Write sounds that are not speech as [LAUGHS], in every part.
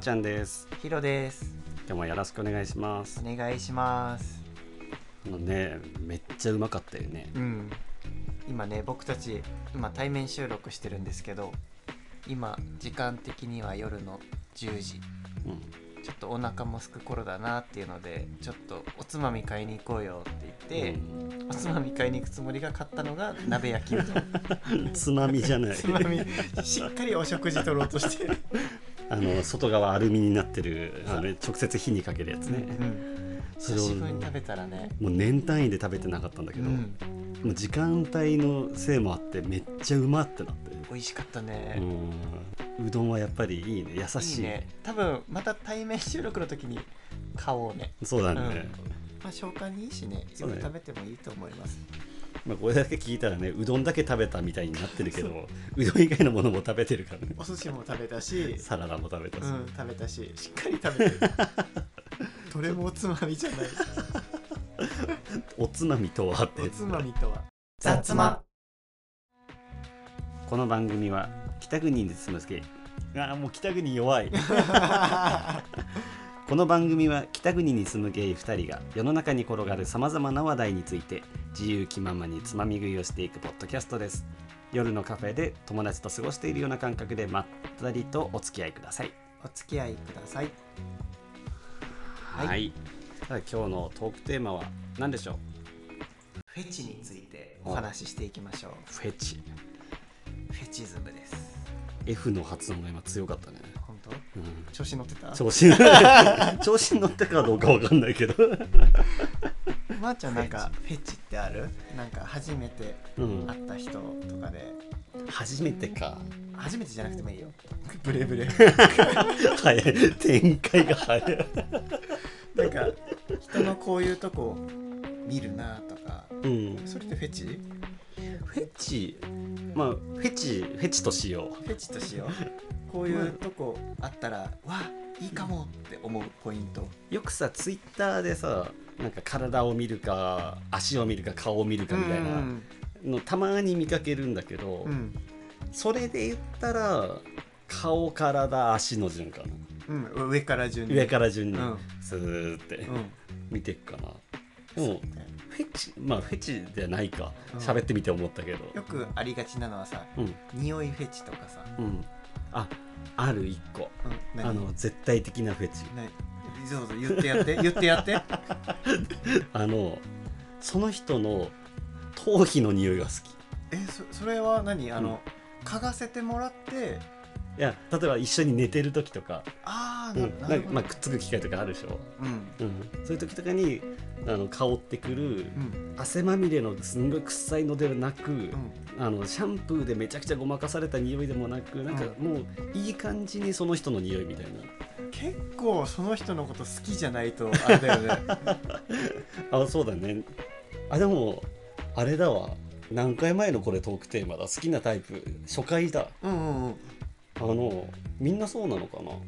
ちゃんですヒロです。今日もよろしくお願いしますお願いします。あのねめっちゃうまかったよねうん。今ね、僕たち今対面収録してるんですけど、今時間的には夜の10時。うんちょっとお腹も空く頃だなっていうので、ちょっとおつまみ買いに行こうよって言って、おつまみ買いに行くつもりが買ったのが鍋焼きうどん。うんつまみじゃないつまみしっかりお食事取ろうとしてる。 [LAUGHS] あの外側アルミになってるあの直接火にかけるやつうねん。そ久れをしぶりに食べもたらね。う年単位で食べてなかったんだけうど、ん。もう時間帯のせいもあってめっちゃうまってなって美味しかったね。うんうどんはやっぱりいいね優しいいいね多分また対面収録の時に買おうね、そうだね、まあ、消化にいいしねそようだくね食べてもいいと思いますまあ、これだけ聞いたらねうどんだけ食べたみたいになってるけどうどん以外のものも食べてるからねお寿司も食べたし、サラダも食べたうし、ん、食べたししっかり食べて [LAUGHS] るどれもおつまみじゃないおつまみとはっておつまみとは雑まこの番組は北国に住むすけあーもう北国弱いこの番組は北国に住むゲイ2人が世の中に転がるさまざまな話題について自由気ままにつまみ食いをしていくポッドキャストです夜のカフェで友達と過ごしているような感覚でまったりとお付き合いくださいお付き合いくださいはい、さあ今日のトークテーマは何でしょうフェチについてお話ししていきましょうフェチフェチズムです F の発音が今強かったね、本当うん、調子乗ってた調子に [LAUGHS] 調子に乗ったかどうかわかんないけど、まー、ちゃんなんかフェチってあるなんか初めてうん、会った人とかで初めてか初めてじゃなくてもいいよブレブレ早い展開が早いなんか人のこういうとこ見るなとかうんそれってフェチフェチまあフェチフェチとしよフェチとしようこういうとこあったらわいいかもって思うポイントうよくさツイッターでさなんか体を見るか足を見るか顔を見るかみたいなのたまに見かけるんだけど、うんそれで言ったら顔体足の順かなうん、うん上から順に上から順にうんスーってうん見ていくかな、でもフェチまあフェチじゃないかうん喋ってみて思ったけどよくありがちなのはさうん匂いフェチとかさ、うんあある一個うん、何あの絶対的なフェチ何どうぞ言って [LAUGHS] やって言ってやってあのその人の頭皮の匂いが好きえそそれは何あの、嗅がせてもらっていや例えば一緒に寝てる時とか,、ああうな,、ん、ななるんほかど、まあ、くっつく機会とかあるでしょ、うんうん、そういう時とかにあの香ってくるうん汗まみれのすんごい臭いのではなく、うんあのシャンプーでめちゃくちゃごまかされた匂いでもなくなんかもういい感じにその人の匂いみたい結構その人のこと好きじゃないとあれだ [LAUGHS] よねなあそうだねあでもあれだわ何回前のこれトークテーマだ好きなタイプ初回だうんうんうんあのみんなそうなのかな好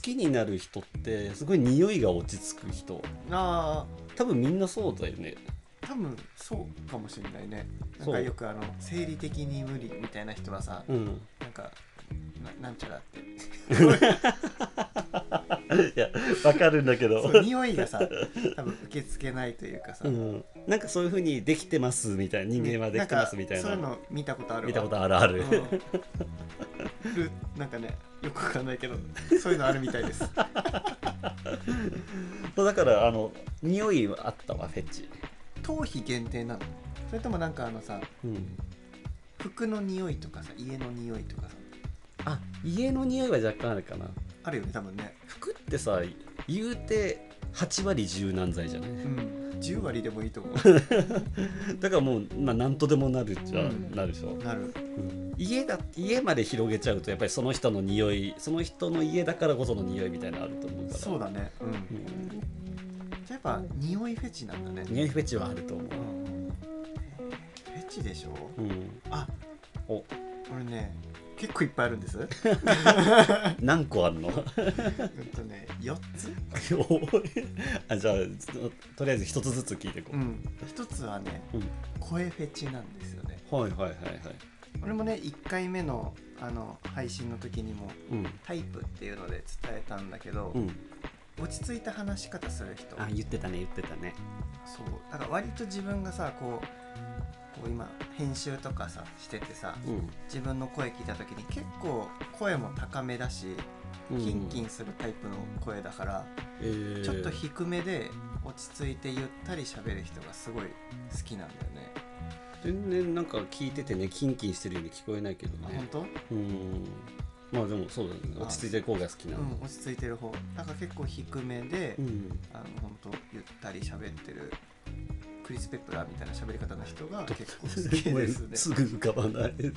きになる人ってすごい匂いが落ち着く人あ多分みんなそうだよねあ多分そうかもしれないねなんそかうよくあの生理的に無理みたいな人はさうんなんかななんちゃらっていやわかるんだけどそう匂 [LAUGHS] いがさ多分受け付けないというかさ、うん、なんかそういうふうにできてますみたいな人間はできてますみたいななんかそういうの見たことあるわ見たことあるある、うんるなんかねよくわかんないけどそういうのあるみた [LAUGHS] いですそうだからあの匂いはあったわフェチ、頭皮限定なのそれともなんかあのさうん、服の匂いとかさ家の匂いとかさあ家の匂いは若干あるかなあるよね多分ね服ってさ言うて8割柔軟剤じゃないうん10割でもいいと思うだからもう、まあ、何とでもなるじゃ、うんなるでしょ、なる家だ家まで広げちゃうとやっぱりその人の匂いその人の家だからこその匂いみたいなのあると思うからそうだねうんうんじゃあやっぱ匂いフェチなんだね匂いフェチはあると思うんフェチでしょう、うん、あお俺ね結構いっぱいあるんですうん何個あるの [LAUGHS] とね4つおあじゃあととりあえず一つずつ聞いていこうん1つはねう、うん声フェチなんですよねはいはいはいはい俺もね1回目のあの配信の時にもうんタイプっていうので伝えたんだけど、うん落ち着いた話し方する人あ言ってたね言ってたねそうだから割と自分がさこうこう今編集とかさしててさう自分の声聞いた時に結構声も高めだし、んキンキンするタイプの声だから、えーちょっと低めで落ち着いてゆったり喋る人がすごい好きなんだよね。全然なんか聞いててねキンキンしてるように聞こえないけどあね本当？うんまあでもそうだねあ落ち着いてる方が好きなうん、落ち着いてる方。だから結構低めで、うんあの本当ゆったり喋ってるクリスペプラーみたいな喋り方の人が結構好きごめでんす [LAUGHS] ね。すぐ浮かばないち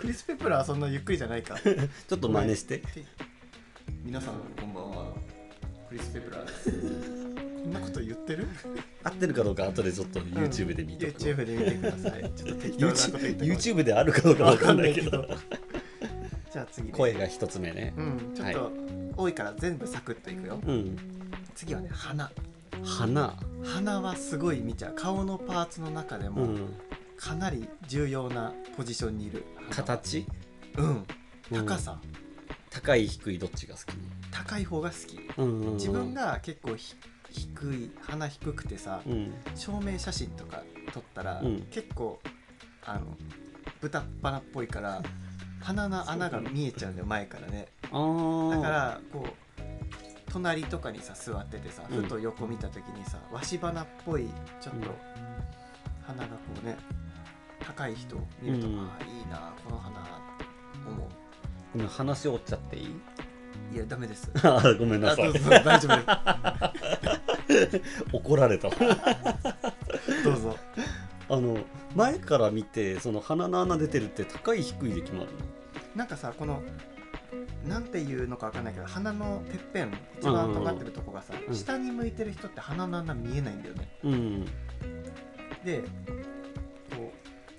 クリス・ペプラーはそんなゆっくりじゃないかょっと真似して皆さんこんばんはクリス・ペプラーです [LAUGHS] こんなこと言ってる合ってるかどうか後でちょっと YouTube で見て YouTube で見てくださいちょっと適当なこと言って YouTube であるかどうかわかんないけどじゃあ次ね声が一つ目ねうんちょっと多いから全部サクッといくようん次はね鼻花鼻はすごい見ちゃう顔のパーツの中でうもんかなり重要なポジションにいる鼻形うんうん高さ高い低いどっちが好き高い方が好きうんうんうん自分が結構ひ低い鼻低くてさ、うん証明写真とか撮ったら、うん結構あの豚っ鼻っぽいから鼻の穴が見えちゃうんだよ前からねあーだからこう隣とかにさ座っててさうんふと横見た時にさわし鼻っぽいちょっとうん鼻がこうね高い人を見ると、うんああいいなこの鼻って思今話折っちゃっていいういやダメですあーごめんなあさどういぞ大丈夫 [LAUGHS] 怒られたですどうぞ [LAUGHS] あの前から見てその鼻の穴出てるって高い低いで決まるなんかさこのなんていうのかわかんないけど鼻のてっぺん一番尖ってるとこがさ、うん下に向いてる人って鼻の穴見えないんだよねのうんでこ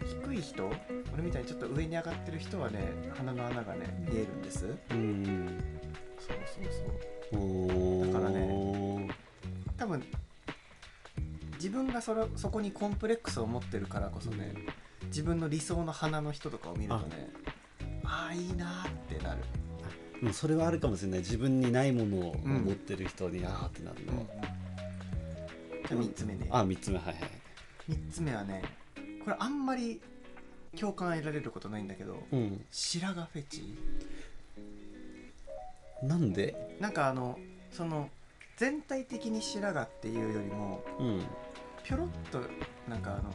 う低い人俺みたいにちょっと上に上がってる人はね鼻の穴がね見えるんですそううんそうそうおーだからね多分自分がそれそこにコンプレックスを持ってるからこそね自分の理想の鼻の人とかを見るとねああーいいなーってなる、もうそれはあるかもしれない自分にないものを持ってる人に、あーってなるうんの、じゃあ3つ目ねああ3つ目はいはい3つ目はねこれあんまり共感得られることないんだけどうん白髪フェチなんでなんかあのその全体的に白髪っていうよりもうんぴょろっとなんかあの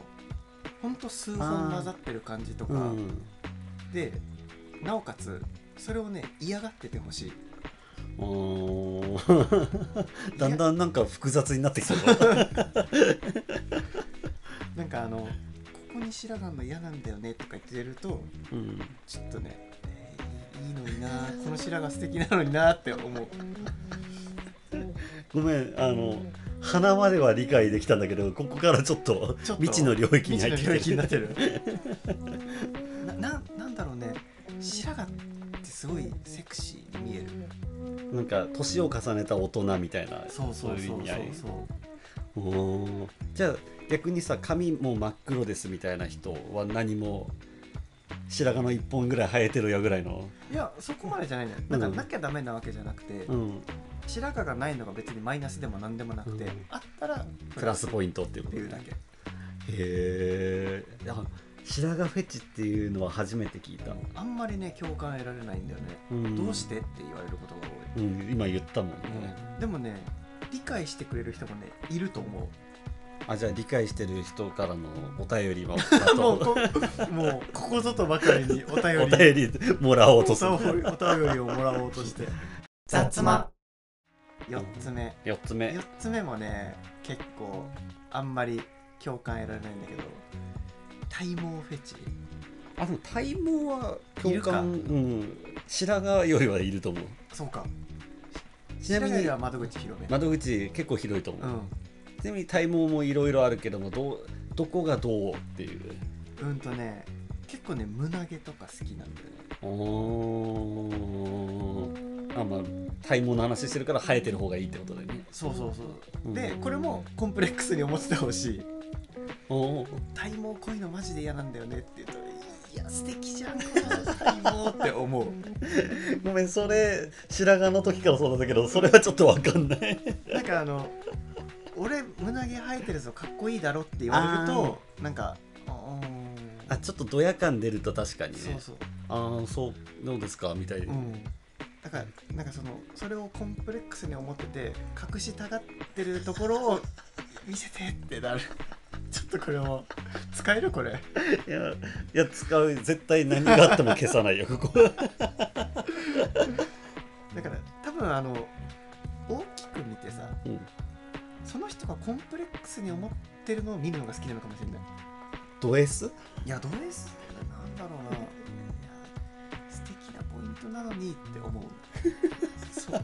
ほんと数本混ざってる感じとか、うんでなおかつそれをね嫌がっててほしいおー [LAUGHS] だんだんなんか複雑になってきたぞなんかあのここに白髪あんの嫌なんだよねとか言ってるとうんちょっとね、えーいいいのにな [LAUGHS] この白髪素敵なのになって思うごめんあの鼻までは理解できたんだけどここからちょっとちょっと未知の領域に入って未知の領域になってる [LAUGHS] るなななんだろうね白髪ってすごいセクシーに見えるなんか年を重ねた大人みたいなそうそうそうそうそうおーじゃあ逆にさ髪もう真っ黒ですみたいな人は何も白髪の1本ぐらい生えてるよぐらいのいやそこまでじゃないのよなんかなきゃダメなわけじゃなくて、うん白髪がないのが別にマイナスでもなんでもなくて、うんあったらプラスポイイントっていうこってというねだけへえ白髪フェチっていうのは初めて聞いた、あんまりね共感得られないんだよね、うんどうしてって言われることがうん、今言ったもんね、多い、でもね理解してくれる人もねいると思あじゃあ理解してる人からのお便 [LAUGHS] りはう [LAUGHS] もうこもうここぞとばかり [LAUGHS] にお便りお便りもらおうとするお便りお便りをもらおうと [LAUGHS] して雑魔4つ目4つ目4つ目もね結構あんまり共感得られないんだけど体毛フェチあでも体毛は共共感感うん白髪よりはいると思うそうかちな白み髪には窓口広め、窓口結構広いと思うう、んちなみに体毛もいろいろあるけどもどうどこがどうっていううんとね結構ね胸毛とか好きなんだよねおーあまあ体毛の話してるから生えてる方がいいってことだよねそうそうそう、うんでこれもコンプレックスに思っててほしいおー体毛濃いのマジで嫌なんだよねって言うといや素敵じゃんこの体毛って思うごめんそれ白髪の時からそうだったけどそれはちょっとわかんないなんかあの俺胸毛生えてるぞかっこいいだろって言われるとなんかあーあちょっとドヤ感出ると確かにねそうそうああそうどうですかみたいな、うんだからなんかそのそれをコンプレックスに思ってて隠したがってるところを見せてってなるちょっとこれも使えるこれいやいや使う絶対何があっても消さないよここだから多分あの大きく見てさうんその人がコンプレックスに思ってるのを見るのが好きなのかもしれないド S? いやどうですなんだろうないや素敵なポイントなのにって思うそう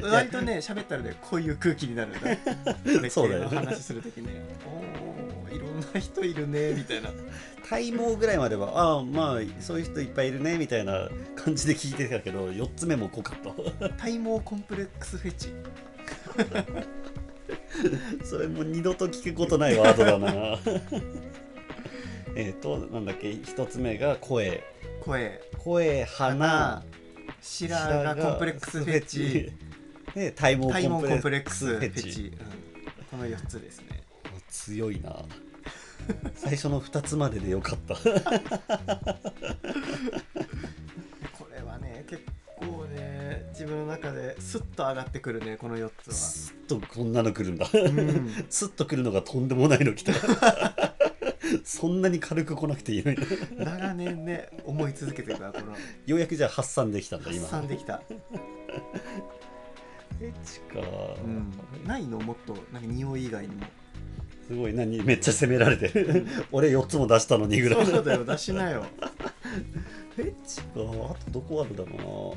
そう割とね喋ったらねこういう空気になるんだ [LAUGHS] 俺そうだよね系の話するときねおーいろんな人いるねみたいな体毛ぐらいまではああまあそういう人いっぱいいるねみたいな感じで聞いてたけど4つ目も濃かった [LAUGHS] 体毛コンプレックスフェチそれも二度と聞くことないワードだな [LAUGHS] えっとなんだっけ1つ目が声声声鼻白髪コンプレックスフェ [LAUGHS] チで体毛体毛ココンンププレレッッククススフフェェチチうんこの4つですね強いな最初の2つまででよかった [LAUGHS] これはね結構ね自分の中でスッと上がってくるねこの4つすっとこんなの来るんだは、うん、すっと来るのがとんでもないの来た [LAUGHS] そんなに軽く来なくていいのに長年ね思い続けてるからこのようやくじゃあ発散できたんだ発今散できた、エチか、うん、ないのもっとなんか匂い以外にもすごい何めっちゃ責められてる俺4つも出したのにぐらいそうだよ出しなよエチかあとどこあるだろ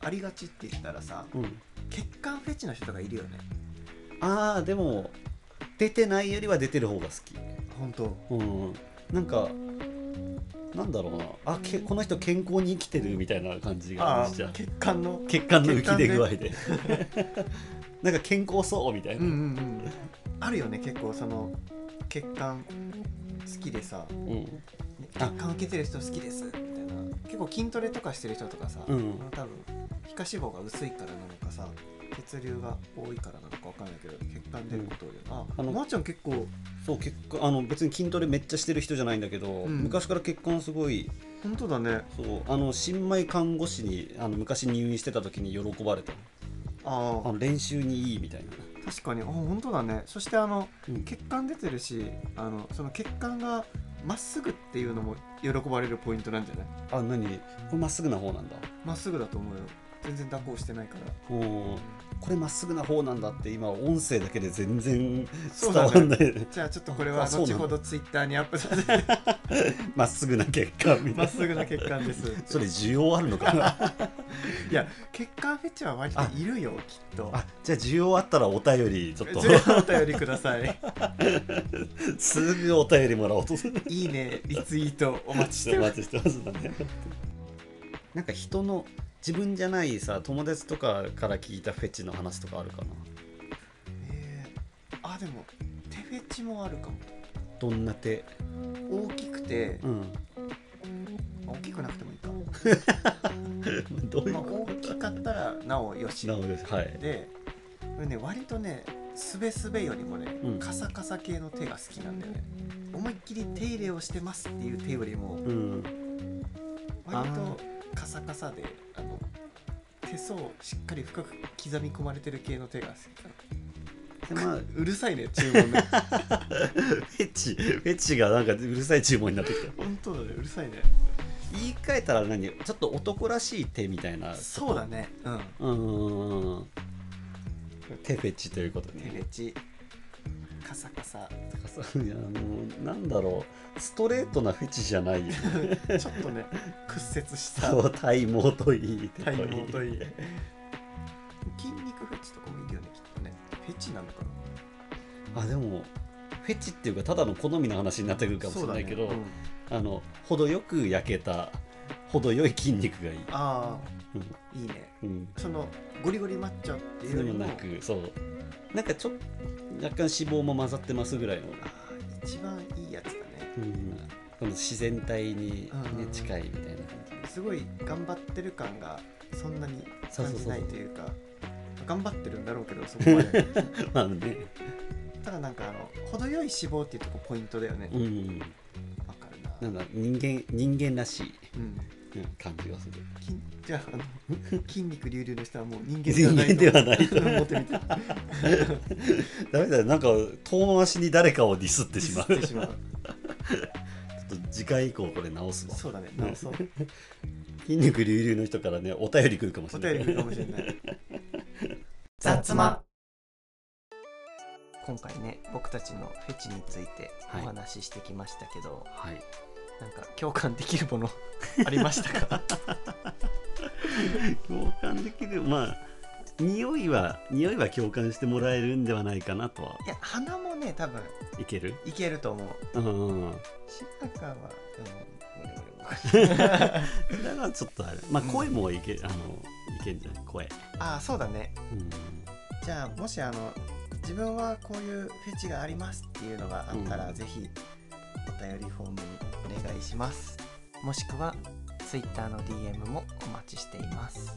ありがちって言ったらさうな、うん、血管フェチの人がいるよねあーでも出てないよりは出てる方が好き本当うん、なんかなんだろうなあけこの人健康に生きてるみたいな感じあがあしちゃう血管の血管の浮き出具合で [LAUGHS] なんか健康そうみたいうんな、うんうんあるよね結構その血管好きでさうん血管受けてる人好きですみたいな結構筋トレとかしてる人とかさ、うんあの多分皮下脂肪が薄いからなのかさ血流が多いからなのかわかんないけど血管出ることを言うああのまーちゃん結構そう結果あの別に筋トレめっちゃしてる人じゃないんだけど、ん昔から結婚すごい本当だねそうあの新米看護師にあの昔入院してた時に喜ばれたああの練習にいいみたいな、あ確かにあ本当だねそしてあのうん血管出てるしあのその血管がまっすぐっていうのも喜ばれるポイントなんじゃないあ何これまっすぐな方なんだまっすぐだと思うよ全然蛇行してないからおーこれまっすぐな方なんだって今音声だけで全然そう伝だわねんないじゃあちょっとこれはあそうなん後だほどツイッターにアップさ [LAUGHS] せてまっすぐな血管みたまいな。っすぐな血管ですってそれ需要あるのか [LAUGHS] ないや血管フェチは割といるよきっとあじゃあ需要あったらお便りちょっとぜひお便りください [LAUGHS] すぐお便りもらおうといいねリツイートお待ちししてて [LAUGHS] まますすしてますねなんか人の自分じゃないさ友達とかから聞いたフェチの話とかあるかなえーあでも手フェチもあるかもどんな手大きくてう、ん大きくなくてもいいか、 [LAUGHS] どういうまあ、こ大きかったらなおよしとなのですはいで俺ね割とねすべすべよりもね、うんカサカサ系の手が好きなんだよね思いっきり手入れをしてますっていう手よりもうん割とあカサカサであの手相をしっかり深く刻み込まれてる系の手が好できかな [LAUGHS] まあうるさいね注文 [LAUGHS] ねフェチフェチがなんかうるさい注文になってきた本当だねうるさいね言い換えたら何ちょっと男らしい手みたいなそうだねううんんうんうんうん手フェチということね手レチカサ [LAUGHS] カサ高さいやあのなんだろうストレートなフェチじゃないよね [LAUGHS] ちょっとね屈折したそう体毛といい手体毛といい筋肉フェチとかもいるよねきっとねフェチなのかなあでもフェチっていうかただの好みの話になってくるかもしれないけど、そうだねうんあの程よく焼けた程よい筋肉がいい、あうんあいいねうん、そのゴリゴリマッチョっていうでよもりもなくそうなんかちょっと若干脂肪も混ざってますぐらいの、ああ一番いいやつだねうん、この自然体に、ねうんうん近いみたいな感じすごい頑張ってる感がそんなにそうそ感うじそうなそいうというか頑張ってるんだろうけどそこまでまあねただなんかあの程よい脂肪っていうとこポイントだよねうわ、んかるななんだ人間人間らしいうんうん感じがする筋じゃああの [LAUGHS] 筋肉隆々の人はもう人間ではないと人間ではないと思って [LAUGHS] みてダメだよなんか遠回しに誰かをディスってしまうディスってしまうちょっと次回以降これ直すわそうだね直そう筋肉隆々の人からねお便り来るかもしおれない便り来るかもしれない雑魔今回ね僕たちのフェチについてはいお話ししてきましたけど、はい [LAUGHS] なんか共感できるもの [LAUGHS] ありましたか共感できるまあ匂いは匂いは共感してもらえるんではないかな [LAUGHS] とはいや鼻もね多分いけるいけると思ううん白川はうん俺俺俺 [LAUGHS] だからちょっとあれまあうん声もいけ,、あのいけんじゃない声ああそうだねうんじゃあもしあの自分はこういうフェチがありますっていうのがあったら、うんぜひお便りフォームにお願いしますもしくは Twitter の DM もお待ちしています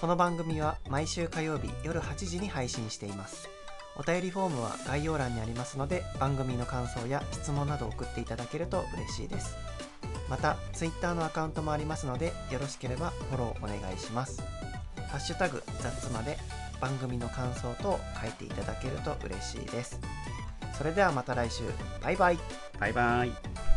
この番組は毎週火曜日夜8時に配信していますお便りフォームは概要欄にありますので番組の感想や質問などを送っていただけると嬉しいですまた Twitter のアカウントもありますのでよろしければフォローお願いしますハッシュタグ雑まで番組の感想と書いていただけると嬉しいですそれではまた来週バイバイバイバイ